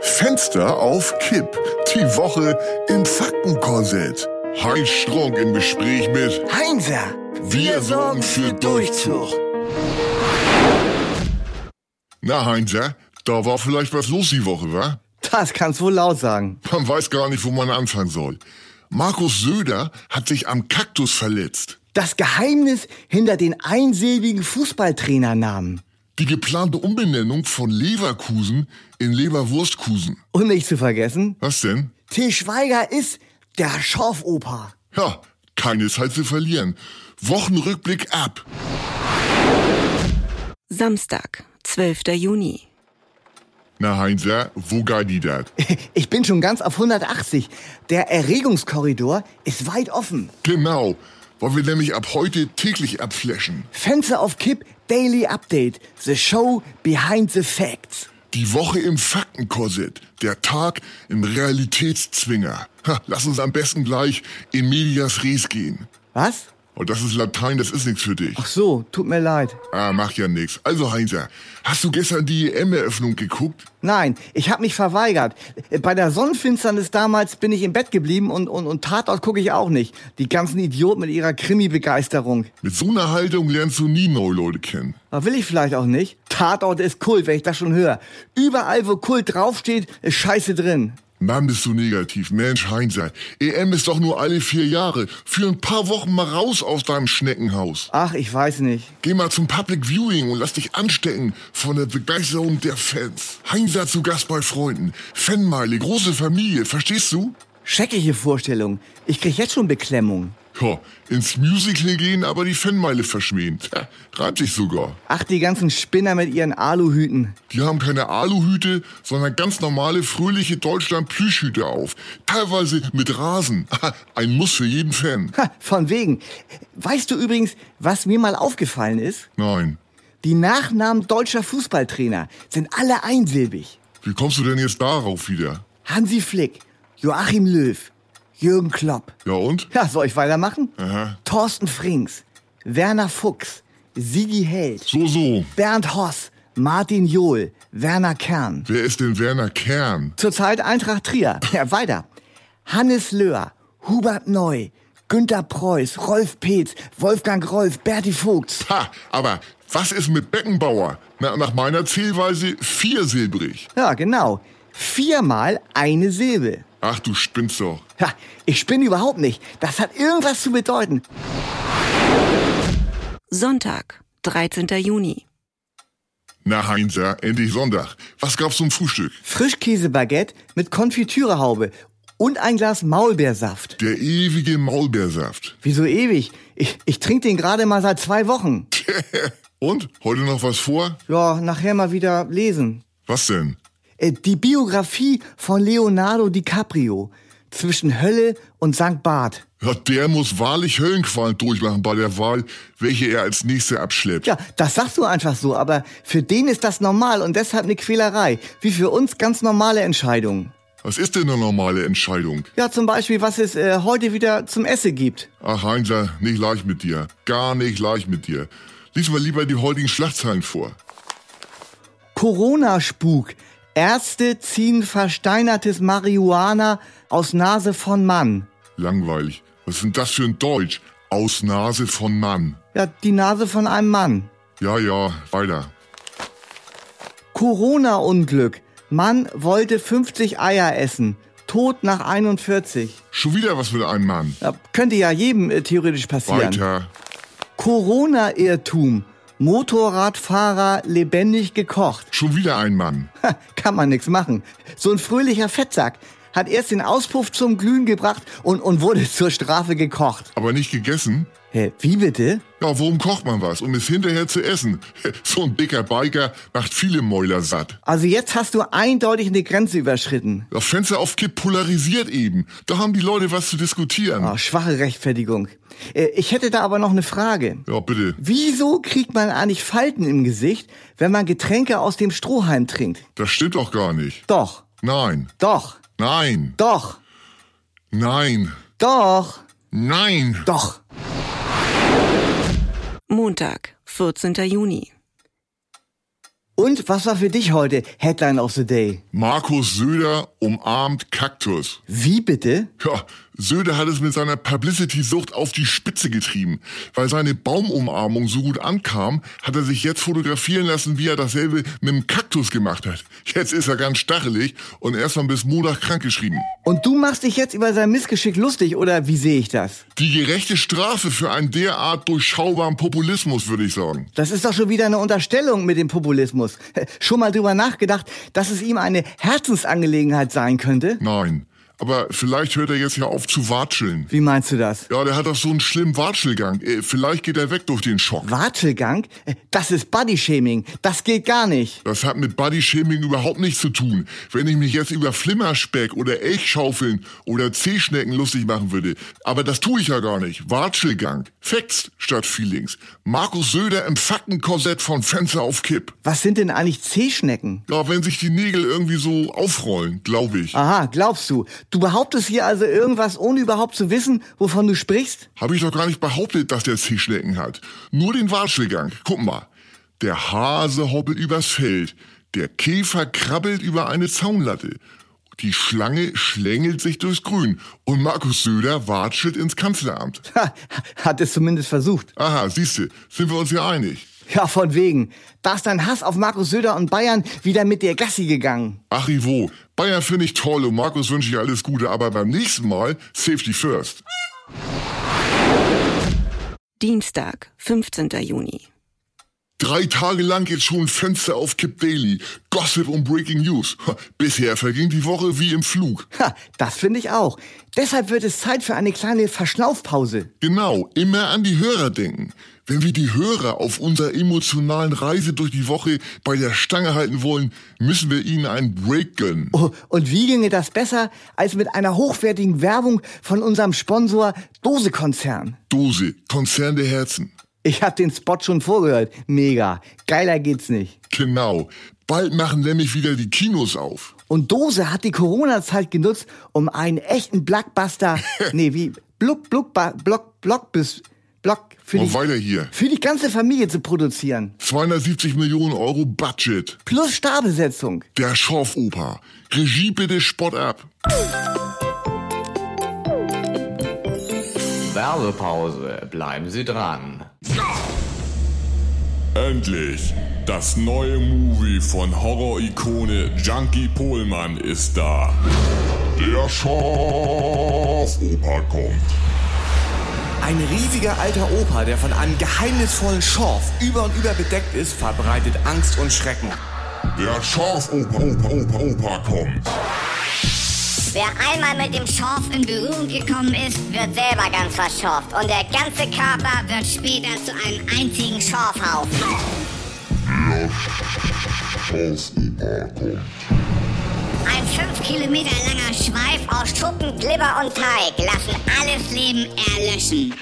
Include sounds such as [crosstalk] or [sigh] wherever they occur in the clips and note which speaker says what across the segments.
Speaker 1: Fenster auf Kipp. Die Woche im Faktenkorsett. Heinz Strunk im Gespräch mit
Speaker 2: Heinzer,
Speaker 1: Wir sorgen für Durchzug. Na Heinzer, da war vielleicht was los die Woche, wa?
Speaker 2: Das kannst du wohl laut sagen.
Speaker 1: Man weiß gar nicht, wo man anfangen soll. Markus Söder hat sich am Kaktus verletzt.
Speaker 2: Das Geheimnis hinter den einsilbigen Fußballtrainernamen.
Speaker 1: Die geplante Umbenennung von Leverkusen in Leverwurstkusen.
Speaker 2: Und nicht zu vergessen,
Speaker 1: Was denn?
Speaker 2: Til Schweiger ist der Schorfoper.
Speaker 1: Ja, keine Zeit zu verlieren. Wochenrückblick ab.
Speaker 3: Samstag, 12. Juni.
Speaker 1: Na Heinzer, wo geht die dat?
Speaker 2: [laughs] Ich bin schon ganz auf 180. Der Erregungskorridor ist weit offen.
Speaker 1: Genau, weil wir nämlich ab heute täglich abflashen.
Speaker 2: Fenster auf Kipp, Daily Update. The Show Behind the Facts.
Speaker 1: Die Woche im Faktenkorsett, der Tag im Realitätszwinger. Ha, lass uns am besten gleich in medias res gehen.
Speaker 2: Was?
Speaker 1: Und das ist Latein, das ist nichts für dich.
Speaker 2: Ach so, tut mir leid.
Speaker 1: Ah, macht ja nichts. Also Heinzer, hast du gestern die EM-Eröffnung geguckt?
Speaker 2: Nein, ich habe mich verweigert. Bei der Sonnenfinsternis damals bin ich im Bett geblieben und, und, und Tatort gucke ich auch nicht. Die ganzen Idioten mit ihrer Krimi-Begeisterung.
Speaker 1: Mit so einer Haltung lernst du nie neue Leute kennen.
Speaker 2: Aber Will ich vielleicht auch nicht. Tatort ist Kult, wenn ich das schon höre. Überall, wo Kult draufsteht, ist Scheiße drin.
Speaker 1: Mann, bist du negativ. Mensch, Heinzer, EM ist doch nur alle vier Jahre. Für ein paar Wochen mal raus aus deinem Schneckenhaus.
Speaker 2: Ach, ich weiß nicht.
Speaker 1: Geh mal zum Public Viewing und lass dich anstecken von der Begeisterung der Fans. Heinzer zu Gast bei Freunden. Fanmeile, große Familie, verstehst du?
Speaker 2: Schreckliche Vorstellung. Ich krieg jetzt schon Beklemmung.
Speaker 1: Ja, ins Musical gehen, aber die Fanmeile verschmähen. Tja, reimt sich sogar.
Speaker 2: Ach, die ganzen Spinner mit ihren Aluhüten.
Speaker 1: Die haben keine Aluhüte, sondern ganz normale, fröhliche Deutschland-Plüschhüte auf. Teilweise mit Rasen. [laughs] Ein Muss für jeden Fan.
Speaker 2: Ha, von wegen. Weißt du übrigens, was mir mal aufgefallen ist?
Speaker 1: Nein.
Speaker 2: Die Nachnamen deutscher Fußballtrainer sind alle einsilbig.
Speaker 1: Wie kommst du denn jetzt darauf wieder?
Speaker 2: Hansi Flick, Joachim Löw, Jürgen Klopp.
Speaker 1: Ja und?
Speaker 2: Ja, soll ich weitermachen?
Speaker 1: Aha.
Speaker 2: Thorsten Frings, Werner Fuchs, Sigi Held,
Speaker 1: So, so.
Speaker 2: Bernd Hoss, Martin Johl, Werner Kern.
Speaker 1: Wer ist denn Werner Kern?
Speaker 2: Zurzeit Eintracht Trier. [laughs] Ja, weiter. Hannes Löhr, Hubert Neu, Günther Preuß, Rolf Petz, Wolfgang Rolf, Berti Vogts.
Speaker 1: Ha, aber was ist mit Beckenbauer? Na, nach meiner Zählweise viersilbrig.
Speaker 2: Ja, genau. Viermal eine Silbe.
Speaker 1: Ach, du spinnst doch.
Speaker 2: Ha, ich spinne überhaupt nicht. Das hat irgendwas zu bedeuten.
Speaker 3: Sonntag, 13. Juni.
Speaker 1: Na, Heinzer, endlich Sonntag. Was gab's zum Frühstück?
Speaker 2: Frischkäsebaguette mit Konfitürehaube und ein Glas Maulbeersaft.
Speaker 1: Der ewige Maulbeersaft.
Speaker 2: Wieso ewig? Ich, ich trinke den gerade mal seit zwei Wochen.
Speaker 1: Und? Heute noch was vor?
Speaker 2: Ja, nachher mal wieder lesen.
Speaker 1: Was denn?
Speaker 2: Äh, die Biografie von Leonardo DiCaprio. Zwischen Hölle und St. Barth.
Speaker 1: Ja, der muss wahrlich Höllenqualen durchmachen bei der Wahl, welche er als nächste abschleppt.
Speaker 2: Ja, das sagst du einfach so, aber für den ist das normal und deshalb eine Quälerei. Wie für uns ganz normale Entscheidungen.
Speaker 1: Was ist denn eine normale Entscheidung?
Speaker 2: Ja, zum Beispiel, was es äh, heute wieder zum Essen gibt.
Speaker 1: Ach, Heinzer, nicht leicht mit dir. Gar nicht leicht mit dir. Lies mal lieber die heutigen Schlagzeilen vor.
Speaker 2: Corona-Spuk. Ärzte ziehen versteinertes Marihuana aus Nase von Mann.
Speaker 1: Langweilig. Was ist denn das für ein Deutsch? Aus Nase von Mann.
Speaker 2: Ja, die Nase von einem Mann.
Speaker 1: Ja, ja, weiter.
Speaker 2: Corona-Unglück. Mann wollte 50 Eier essen. Tod nach 41.
Speaker 1: Schon wieder was mit einem Mann.
Speaker 2: Ja, könnte ja jedem äh, theoretisch passieren.
Speaker 1: Weiter.
Speaker 2: Corona-Irrtum. Motorradfahrer lebendig gekocht.
Speaker 1: Schon wieder ein Mann.
Speaker 2: Ha, kann man nix machen. So ein fröhlicher Fettsack hat erst den Auspuff zum Glühen gebracht und, und wurde zur Strafe gekocht.
Speaker 1: Aber nicht gegessen?
Speaker 2: Hä, wie bitte?
Speaker 1: Ja, worum kocht man was? Um es hinterher zu essen. [laughs] So ein dicker Biker macht viele Mäuler satt.
Speaker 2: Also jetzt hast du eindeutig eine Grenze überschritten.
Speaker 1: Das Fenster auf Kipp polarisiert eben. Da haben die Leute was zu diskutieren.
Speaker 2: Ah, schwache Rechtfertigung. Äh, Ich hätte da aber noch eine Frage.
Speaker 1: Ja, bitte.
Speaker 2: Wieso kriegt man eigentlich Falten im Gesicht, wenn man Getränke aus dem Strohhalm trinkt?
Speaker 1: Das stimmt doch gar nicht.
Speaker 2: Doch,
Speaker 1: Nein.
Speaker 2: doch,
Speaker 1: Nein.
Speaker 2: doch,
Speaker 1: Nein.
Speaker 2: doch,
Speaker 1: Nein.
Speaker 2: doch.
Speaker 3: Montag, 14. Juni.
Speaker 2: Und was war für dich heute Headline of the Day?
Speaker 1: Markus Söder umarmt Kaktus.
Speaker 2: Wie bitte?
Speaker 1: Ja, Söder hat es mit seiner Publicity-Sucht auf die Spitze getrieben. Weil seine Baumumarmung so gut ankam, hat er sich jetzt fotografieren lassen, wie er dasselbe mit dem Kaktus gemacht hat. Jetzt ist er ganz stachelig und erstmal bis Montag krankgeschrieben.
Speaker 2: Und du machst dich jetzt über sein Missgeschick lustig, oder wie sehe ich das?
Speaker 1: Die gerechte Strafe für einen derart durchschaubaren Populismus, würde ich sagen.
Speaker 2: Das ist doch schon wieder eine Unterstellung mit dem Populismus. Schon mal drüber nachgedacht, dass es ihm eine Herzensangelegenheit sein könnte?
Speaker 1: Nein. Aber vielleicht hört er jetzt ja auf zu watscheln.
Speaker 2: Wie meinst du das?
Speaker 1: Ja, der hat doch so einen schlimmen Watschelgang. Äh, Vielleicht geht er weg durch den Schock.
Speaker 2: Watschelgang? Äh, Das ist Bodyshaming. Das geht gar nicht.
Speaker 1: Das hat mit Bodyshaming überhaupt nichts zu tun. Wenn ich mich jetzt über Flimmerspeck oder Elchschaufeln oder Zehschnecken lustig machen würde. Aber das tue ich ja gar nicht. Watschelgang. Facts statt Feelings. Markus Söder im Faktenkorsett von Fenster auf Kipp.
Speaker 2: Was sind denn eigentlich Zehschnecken?
Speaker 1: Ja, wenn sich die Nägel irgendwie so aufrollen, glaube ich.
Speaker 2: Aha, glaubst du? Du behauptest hier also irgendwas, ohne überhaupt zu wissen, wovon du sprichst?
Speaker 1: Habe ich doch gar nicht behauptet, dass der Zehschnecken hat. Nur den Watschelgang. Guck mal. Der Hase hoppelt übers Feld. Der Käfer krabbelt über eine Zaunlatte. Die Schlange schlängelt sich durchs Grün. Und Markus Söder watschelt ins Kanzleramt.
Speaker 2: Ha, hat es zumindest versucht.
Speaker 1: Aha, siehste, sind wir uns ja einig.
Speaker 2: Ja, von wegen. Da ist dein Hass auf Markus Söder und Bayern wieder mit dir Gassi gegangen.
Speaker 1: Ach Ivo, Bayern finde ich toll und Markus wünsche ich alles Gute, aber beim nächsten Mal Safety First.
Speaker 3: Dienstag, 15. Juni.
Speaker 1: Drei Tage lang jetzt schon Fenster auf Kip Daily, Gossip und Breaking News. [laughs] Ha, Bisher verging die Woche wie im Flug.
Speaker 2: Ha, das finde ich auch. Deshalb wird es Zeit für eine kleine Verschnaufpause.
Speaker 1: Genau, immer an die Hörer denken. Wenn wir die Hörer auf unserer emotionalen Reise durch die Woche bei der Stange halten wollen, müssen wir ihnen einen Break gönnen.
Speaker 2: Oh, und wie ginge das besser als mit einer hochwertigen Werbung von unserem Sponsor Dose Konzern?
Speaker 1: Dose, Konzern der Herzen.
Speaker 2: Ich habe den Spot schon vorgehört. Mega. Geiler geht's nicht.
Speaker 1: Genau, bald machen nämlich wieder die Kinos auf.
Speaker 2: Und Dose hat die Corona-Zeit genutzt, um einen echten Blockbuster, nee, wie Block, Block, Block, Block bis Block für
Speaker 1: Und
Speaker 2: die,
Speaker 1: weiter hier.
Speaker 2: für die ganze Familie zu produzieren.
Speaker 1: 270 Millionen Euro Budget.
Speaker 2: Plus Starbesetzung.
Speaker 1: Der Schorfoper. Regie bitte Spott ab.
Speaker 4: Werbepause. Bleiben Sie dran.
Speaker 5: Endlich! Das neue Movie von Horror-Ikone Junkie Pohlmann ist da. Der Schafoper kommt.
Speaker 6: Ein riesiger alter Opa, der von einem geheimnisvollen Schorf über und über bedeckt ist, verbreitet Angst und Schrecken.
Speaker 5: Der Schafoper Opa, Opa, Opa kommt.
Speaker 7: Wer einmal mit dem Schorf in Berührung gekommen ist, wird selber ganz verschorft. Und der ganze Körper wird später zu einem einzigen Schorfhaufen.
Speaker 5: Schafoper kommt.
Speaker 7: Ein 5 Kilometer langer Schweif aus Schuppen, Glibber und Teig lassen alles Leben erlöschen.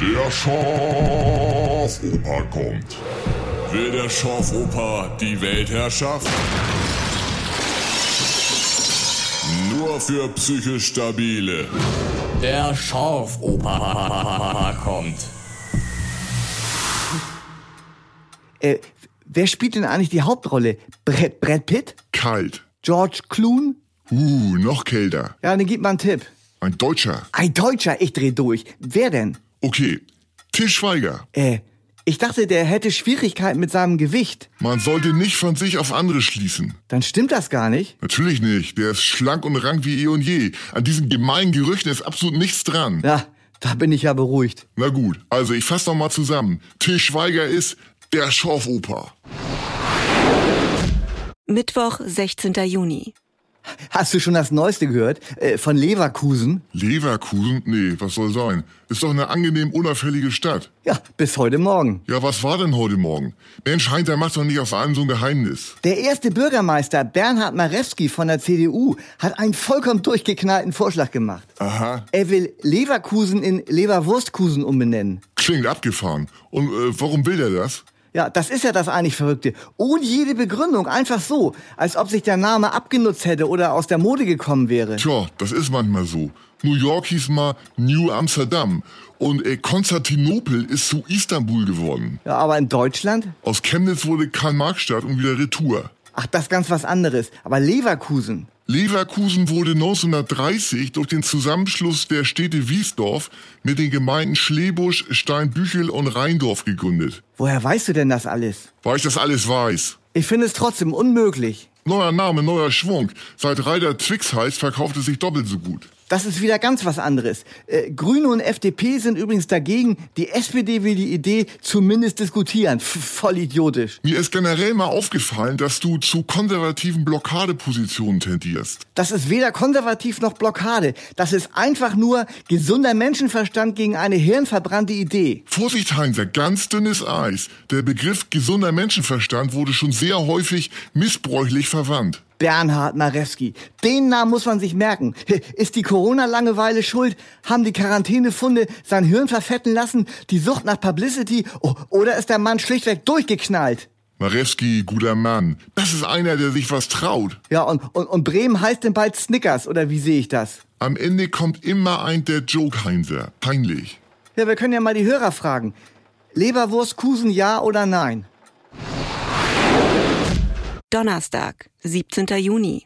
Speaker 5: Der Schafoper kommt. Will der Schafoper die Weltherrschaft? Nur für psychisch stabile.
Speaker 4: Der Schorfoper kommt.
Speaker 2: Äh, wer spielt denn eigentlich die Hauptrolle? Brad, Brad Pitt?
Speaker 1: Kalt.
Speaker 2: George Clooney?
Speaker 1: Uh, noch kälter.
Speaker 2: Ja, dann gib mal einen Tipp.
Speaker 1: Ein Deutscher.
Speaker 2: Ein Deutscher, ich dreh durch. Wer denn?
Speaker 1: Okay. Til Schweiger.
Speaker 2: Äh, ich dachte, der hätte Schwierigkeiten mit seinem Gewicht.
Speaker 1: Man sollte nicht von sich auf andere schließen.
Speaker 2: Dann stimmt das gar nicht.
Speaker 1: Natürlich nicht. Der ist schlank und rank wie eh und je. An diesen gemeinen Gerüchten ist absolut nichts dran.
Speaker 2: Ja, da bin ich ja beruhigt.
Speaker 1: Na gut, also ich fass noch mal zusammen. Til Schweiger ist der Schorfoper.
Speaker 3: Mittwoch, 16. Juni.
Speaker 2: Hast du schon das Neueste gehört? Äh, von Leverkusen?
Speaker 1: Leverkusen? Nee, was soll sein? Ist doch eine angenehm unauffällige Stadt.
Speaker 2: Ja, bis heute Morgen.
Speaker 1: Ja, was war denn heute Morgen? Mensch, Heinz, der macht doch nicht aus allem so ein Geheimnis.
Speaker 2: Der erste Bürgermeister Bernhard Marewski von der CDU hat einen vollkommen durchgeknallten Vorschlag gemacht.
Speaker 1: Aha.
Speaker 2: Er will Leverkusen in Leverwurstkusen umbenennen.
Speaker 1: Klingt abgefahren. Und äh, warum will er das?
Speaker 2: Ja, das ist ja das eigentlich Verrückte. Ohne jede Begründung, einfach so. Als ob sich der Name abgenutzt hätte oder aus der Mode gekommen wäre.
Speaker 1: Tja, das ist manchmal so. New York hieß mal New Amsterdam. Und äh, Konstantinopel ist zu Istanbul geworden.
Speaker 2: Ja, aber in Deutschland?
Speaker 1: Aus Chemnitz wurde Karl-Marx-Stadt und wieder Retour.
Speaker 2: Ach, das ist ganz was anderes. Aber Leverkusen.
Speaker 1: Leverkusen wurde 1930 durch den Zusammenschluss der Städte Wiesdorf mit den Gemeinden Schlebusch, Steinbüchel und Rheindorf gegründet.
Speaker 2: Woher weißt du denn das alles?
Speaker 1: Weil ich das alles weiß.
Speaker 2: Ich finde es trotzdem unmöglich.
Speaker 1: Neuer Name, neuer Schwung. Seit Reiter Twix heißt, verkauft es sich doppelt so gut.
Speaker 2: Das ist wieder ganz was anderes. Äh, Grüne und FDP sind übrigens dagegen. Die SPD will die Idee zumindest diskutieren. F voll idiotisch.
Speaker 1: Mir ist generell mal aufgefallen, dass du zu konservativen Blockadepositionen tendierst.
Speaker 2: Das ist weder konservativ noch Blockade. Das ist einfach nur gesunder Menschenverstand gegen eine hirnverbrannte Idee.
Speaker 1: Vorsicht, Heinzer, ganz dünnes Eis. Der Begriff gesunder Menschenverstand wurde schon sehr häufig missbräuchlich verwandt.
Speaker 2: Bernhard Marewski. Den Namen muss man sich merken. [laughs] Ist die Corona-Langeweile schuld? Haben die Quarantänefunde sein Hirn verfetten lassen? Die Sucht nach Publicity? O- Oder ist der Mann schlichtweg durchgeknallt?
Speaker 1: Marewski, guter Mann. Das ist einer, der sich was traut.
Speaker 2: Ja, und, und, und Bremen heißt denn bald Snickers, oder wie sehe ich das?
Speaker 1: Am Ende kommt immer ein der Joke, Heinzer. Peinlich.
Speaker 2: Ja, wir können ja mal die Hörer fragen. Leberwurst, Kusen, ja oder nein?
Speaker 3: Donnerstag, 17. Juni.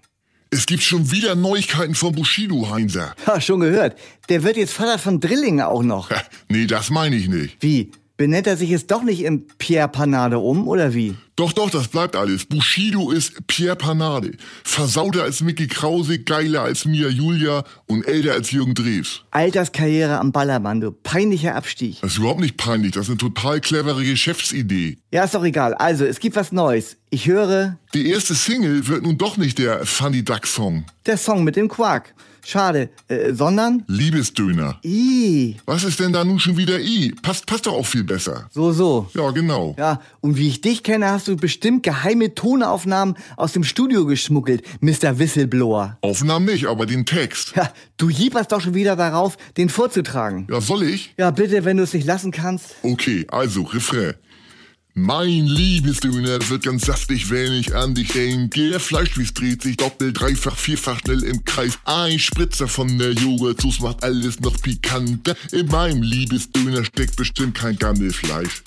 Speaker 1: Es gibt schon wieder Neuigkeiten von Bushido, Heinzer.
Speaker 2: Ha, schon gehört. Der wird jetzt Vater von Drillingen auch noch.
Speaker 1: Ha, nee, das meine ich nicht.
Speaker 2: Wie? Benennt er sich jetzt doch nicht in Pierre Panade um, oder wie?
Speaker 1: Doch, doch, das bleibt alles. Bushido ist Pierre Panade. Versauter als Mickey Krause, geiler als Mia Julia und älter als Jürgen Drews.
Speaker 2: Alterskarriere am Ballermann, du peinlicher Abstieg.
Speaker 1: Das ist überhaupt nicht peinlich. Das ist eine total clevere Geschäftsidee.
Speaker 2: Ja, ist doch egal. Also, es gibt was Neues. Ich höre
Speaker 1: Die erste Single wird nun doch nicht der Funny Duck Song.
Speaker 2: der Song mit dem Quark. Schade, äh, sondern
Speaker 1: Liebesdöner.
Speaker 2: i,
Speaker 1: Was ist denn da nun schon wieder I? Passt, passt doch auch viel besser.
Speaker 2: so so.
Speaker 1: Ja, genau.
Speaker 2: Ja, und wie ich dich kenne, hast du bestimmt geheime Tonaufnahmen aus dem Studio geschmuggelt, Mr. Whistleblower.
Speaker 1: Aufnahmen nicht, aber den Text.
Speaker 2: Ja, du jieperst doch schon wieder darauf, den vorzutragen.
Speaker 1: Ja, soll ich?
Speaker 2: Ja, bitte, wenn du es nicht lassen kannst.
Speaker 1: Okay, also Refrain. Mein Liebesdöner wird ganz saftig, wenn ich an dich denke. Der Fleischwies dreht sich doppelt, dreifach, vierfach schnell im Kreis. Ein Spritzer von der Joghurtsoße macht alles noch pikanter. In meinem Liebesdöner steckt bestimmt kein Gammelfleisch.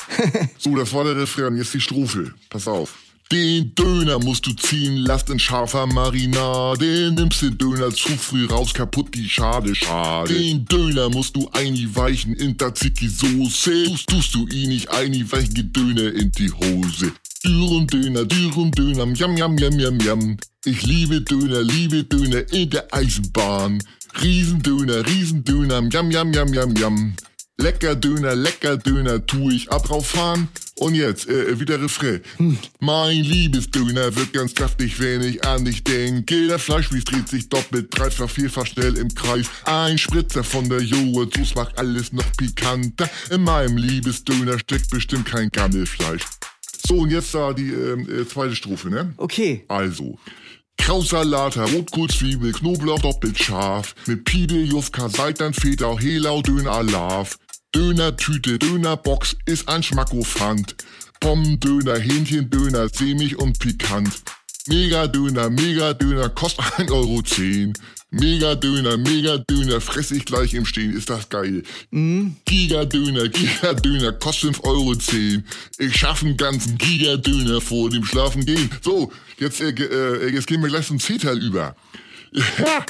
Speaker 1: so, das war der Refrain, jetzt die Strophe. Pass auf. Den Döner musst du ziehen, lass in scharfer Marinade. Nimmst den Döner zu früh raus, kaputt die Schade, schade. Den Döner musst du einweichen in Tzatziki-Soße. Tust, tust du ihn nicht einweichen, geht Döner in die Hose. Dürren Döner, Dürren Döner, jam, jam, jam, jam, jam. Ich liebe Döner, liebe Döner in der Eisenbahn. Riesendöner, Riesendöner, jam, jam, jam, jam, jam. Lecker Döner, lecker Döner, tu ich ab drauf fahren. Und jetzt, äh, wieder Refrain. Mein Liebesdöner wird ganz kräftig, wenn ich an dich denke. Der Fleischwies dreht sich doppelt, dreifach, vierfach schnell im Kreis. Ein Spritzer von der Joghurtsoße macht alles noch pikanter. In meinem Liebesdöner steckt bestimmt kein Gammelfleisch. So, und jetzt da die ähm, äh, zweite Strophe, ne?
Speaker 2: Okay.
Speaker 1: Also, Krautsalat, Rotkohl, Zwiebel, Knoblauch doppelt scharf, mit Pide, Jufka, Seitan, Feta, Helau, Döner, Laf. Döner-Tüte, Dönerbox ist ein Schmackofant. Pommes, Döner, Hähnchen, Döner, sämig und pikant. Mega-Döner, Mega-Döner, kostet 1,10 Euro. Mega-Döner, Mega-Döner, fress ich gleich im Stehen, ist das geil. Hm? Gigadöner, Gigadöner, kostet 5,10 Euro. Ich schaffe einen ganzen Gigadöner vor dem Schlafen gehen. So, jetzt, äh, äh, jetzt gehen wir gleich zum C-Teil über. [laughs] Ja.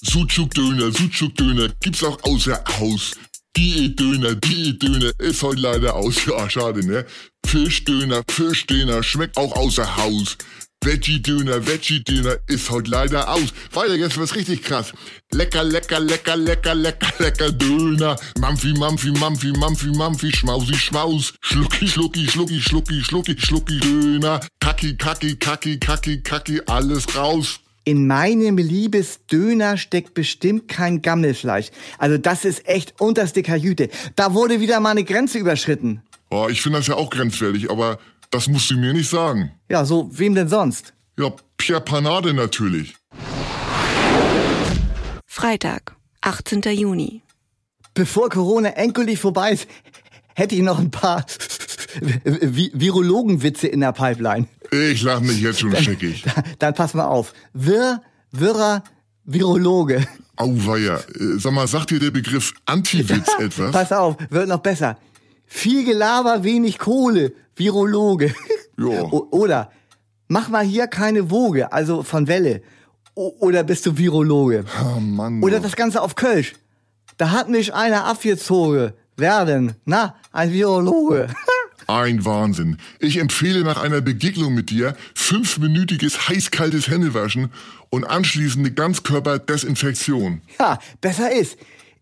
Speaker 1: Sucuk-Döner, Sucuk-Döner gibt's auch außer Haus. Diät-Döner, Diät-Döner ist heute leider aus. Ja, schade, ne? Fischdöner, Fischdöner schmeckt auch außer Haus. Veggie-Döner, Veggie-Döner ist heute leider aus. Weiter, jetzt wird's richtig krass. Lecker, lecker, lecker, lecker, lecker, lecker Döner. Mampfi, Mampfi, Mampfi, Mampfi, Mampfi, Schmausi, Schmaus. Schlucki, Schlucki, Schlucki, Schlucki, Schlucki, Schlucki, Döner. Kacki, Kacki, Kacki, Kacki, Kacki, alles raus.
Speaker 2: In meinem Liebesdöner steckt bestimmt kein Gammelfleisch. Also das ist echt unterste Kajüte. Da wurde wieder mal eine Grenze überschritten.
Speaker 1: Oh, ich finde das ja auch grenzwertig, aber das musst du mir nicht sagen.
Speaker 2: Ja, so wem denn sonst?
Speaker 1: Ja, Pierre Panade natürlich.
Speaker 3: Freitag, 18. Juni.
Speaker 2: Bevor Corona endgültig vorbei ist, hätte ich noch ein paar [laughs] Vi- Virologenwitze in der Pipeline.
Speaker 1: Ich lache
Speaker 2: [laughs]
Speaker 1: mich jetzt schon scheckig.
Speaker 2: Dann pass mal auf. Wirr, Wirrer, Virologe.
Speaker 1: Auweia. Äh, Sag mal, sagt dir der Begriff Antiwitz
Speaker 2: [laughs]
Speaker 1: etwas?
Speaker 2: Pass auf, wird noch besser. Viel Gelaber, wenig Kohle, Virologe.
Speaker 1: Ja.
Speaker 2: O- Oder mach mal hier keine Woge, also von Welle. O oder bist du Virologe?
Speaker 1: Ah, Mann.
Speaker 2: Oder das Ganze auf Kölsch. Da hat mich einer abgezogen. Werden. Na, ein Virologe. [laughs]
Speaker 1: Ein Wahnsinn. Ich empfehle nach einer Begegnung mit dir fünfminütiges heißkaltes Händewaschen und anschließende Ganzkörperdesinfektion.
Speaker 2: Ja, besser ist.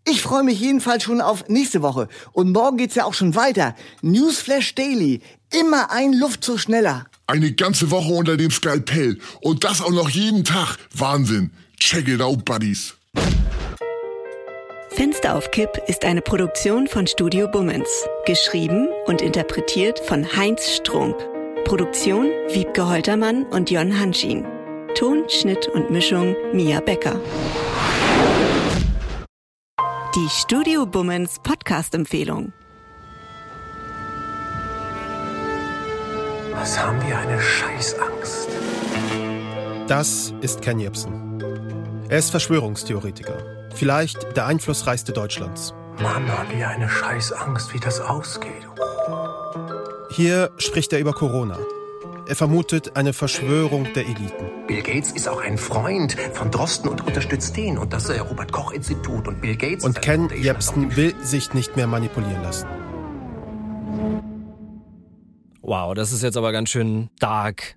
Speaker 2: Ich freue mich jedenfalls schon auf nächste Woche. Und morgen geht's ja auch schon weiter. Newsflash Daily. Immer ein Luftzug schneller.
Speaker 1: Eine ganze Woche unter dem Skalpell und das auch noch jeden Tag. Wahnsinn. Check it out, Buddies.
Speaker 3: Fenster auf Kipp ist eine Produktion von Studio Bummens. Geschrieben und interpretiert von Heinz Strunk. Produktion Wiebke Holtermann und Jon Hanschin. Ton, Schnitt und Mischung Mia Becker. Die Studio Bummens Podcast-Empfehlung.
Speaker 8: Was haben wir eine Scheißangst?
Speaker 9: Das ist Ken Jebsen. Er ist Verschwörungstheoretiker. Vielleicht der einflussreichste Deutschlands.
Speaker 8: Mann, haben wir eine Scheißangst, wie das ausgeht.
Speaker 9: Hier spricht er über Corona. Er vermutet eine Verschwörung der Eliten.
Speaker 8: Bill Gates ist auch ein Freund von Drosten und unterstützt den und das äh, Robert-Koch-Institut und Bill Gates...
Speaker 9: Und
Speaker 8: Foundation
Speaker 9: Ken
Speaker 8: hat auch
Speaker 9: Jebsen will sich nicht mehr manipulieren lassen.
Speaker 10: Wow, das ist jetzt aber ganz schön dark.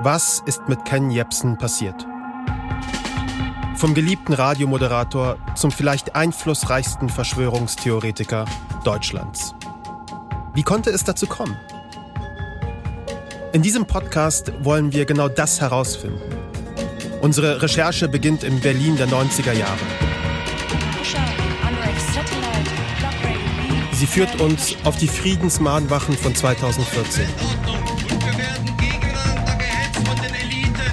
Speaker 9: Was ist mit Ken Jebsen passiert? Vom geliebten Radiomoderator zum vielleicht einflussreichsten Verschwörungstheoretiker Deutschlands. Wie konnte es dazu kommen? In diesem Podcast wollen wir genau das herausfinden. Unsere Recherche beginnt im Berlin der 90er Jahre. Sie führt uns auf die Friedensmahnwachen von 2014.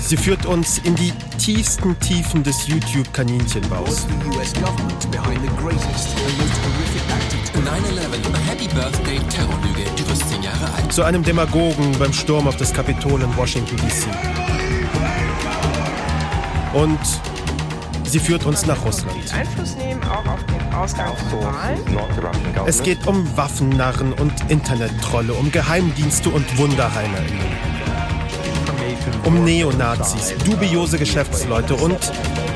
Speaker 9: Sie führt uns in die tiefsten Tiefen des YouTube-Kaninchenbaus. Zu einem Demagogen beim Sturm auf das Kapitol in Washington, D.C. Und sie führt uns nach Russland.
Speaker 11: Einfluss nehmen, auch auf den Ausgang von Wahlen.
Speaker 9: Es geht um Waffennarren und Internettrolle, um Geheimdienste und WunderheilerInnen. Um Neonazis, dubiose Geschäftsleute und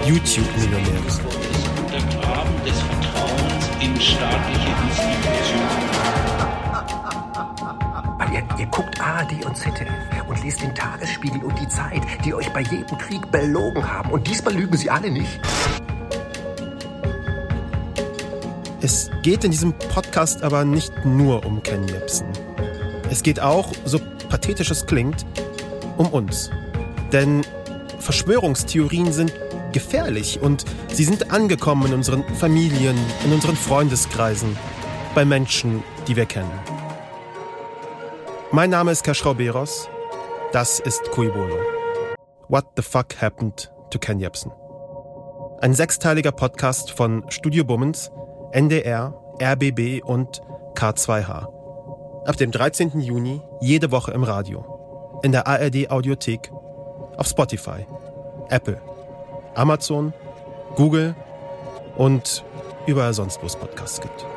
Speaker 9: YouTube-Millionäre.
Speaker 12: der Graben des Vertrauens in staatliche Institutionen.
Speaker 8: Weil ihr, ihr guckt ARD und ZDF und lest den Tagesspiegel und die Zeit, die euch bei jedem Krieg belogen haben. Und diesmal lügen sie alle nicht.
Speaker 9: Es geht in diesem Podcast aber nicht nur um Ken Jebsen. Es geht auch, so pathetisch es klingt, um uns. Denn Verschwörungstheorien sind gefährlich und sie sind angekommen in unseren Familien, in unseren Freundeskreisen, bei Menschen, die wir kennen. Mein Name ist Kaschrauberos. Das ist Cui Bono. What the fuck happened to Ken Jebsen? Ein sechsteiliger Podcast von Studio Bummens, NDR, RBB und K2H. Ab dem 13. Juni jede Woche im Radio, in der ARD Audiothek, auf Spotify, Apple, Amazon, Google und überall sonst, wo es Podcasts gibt.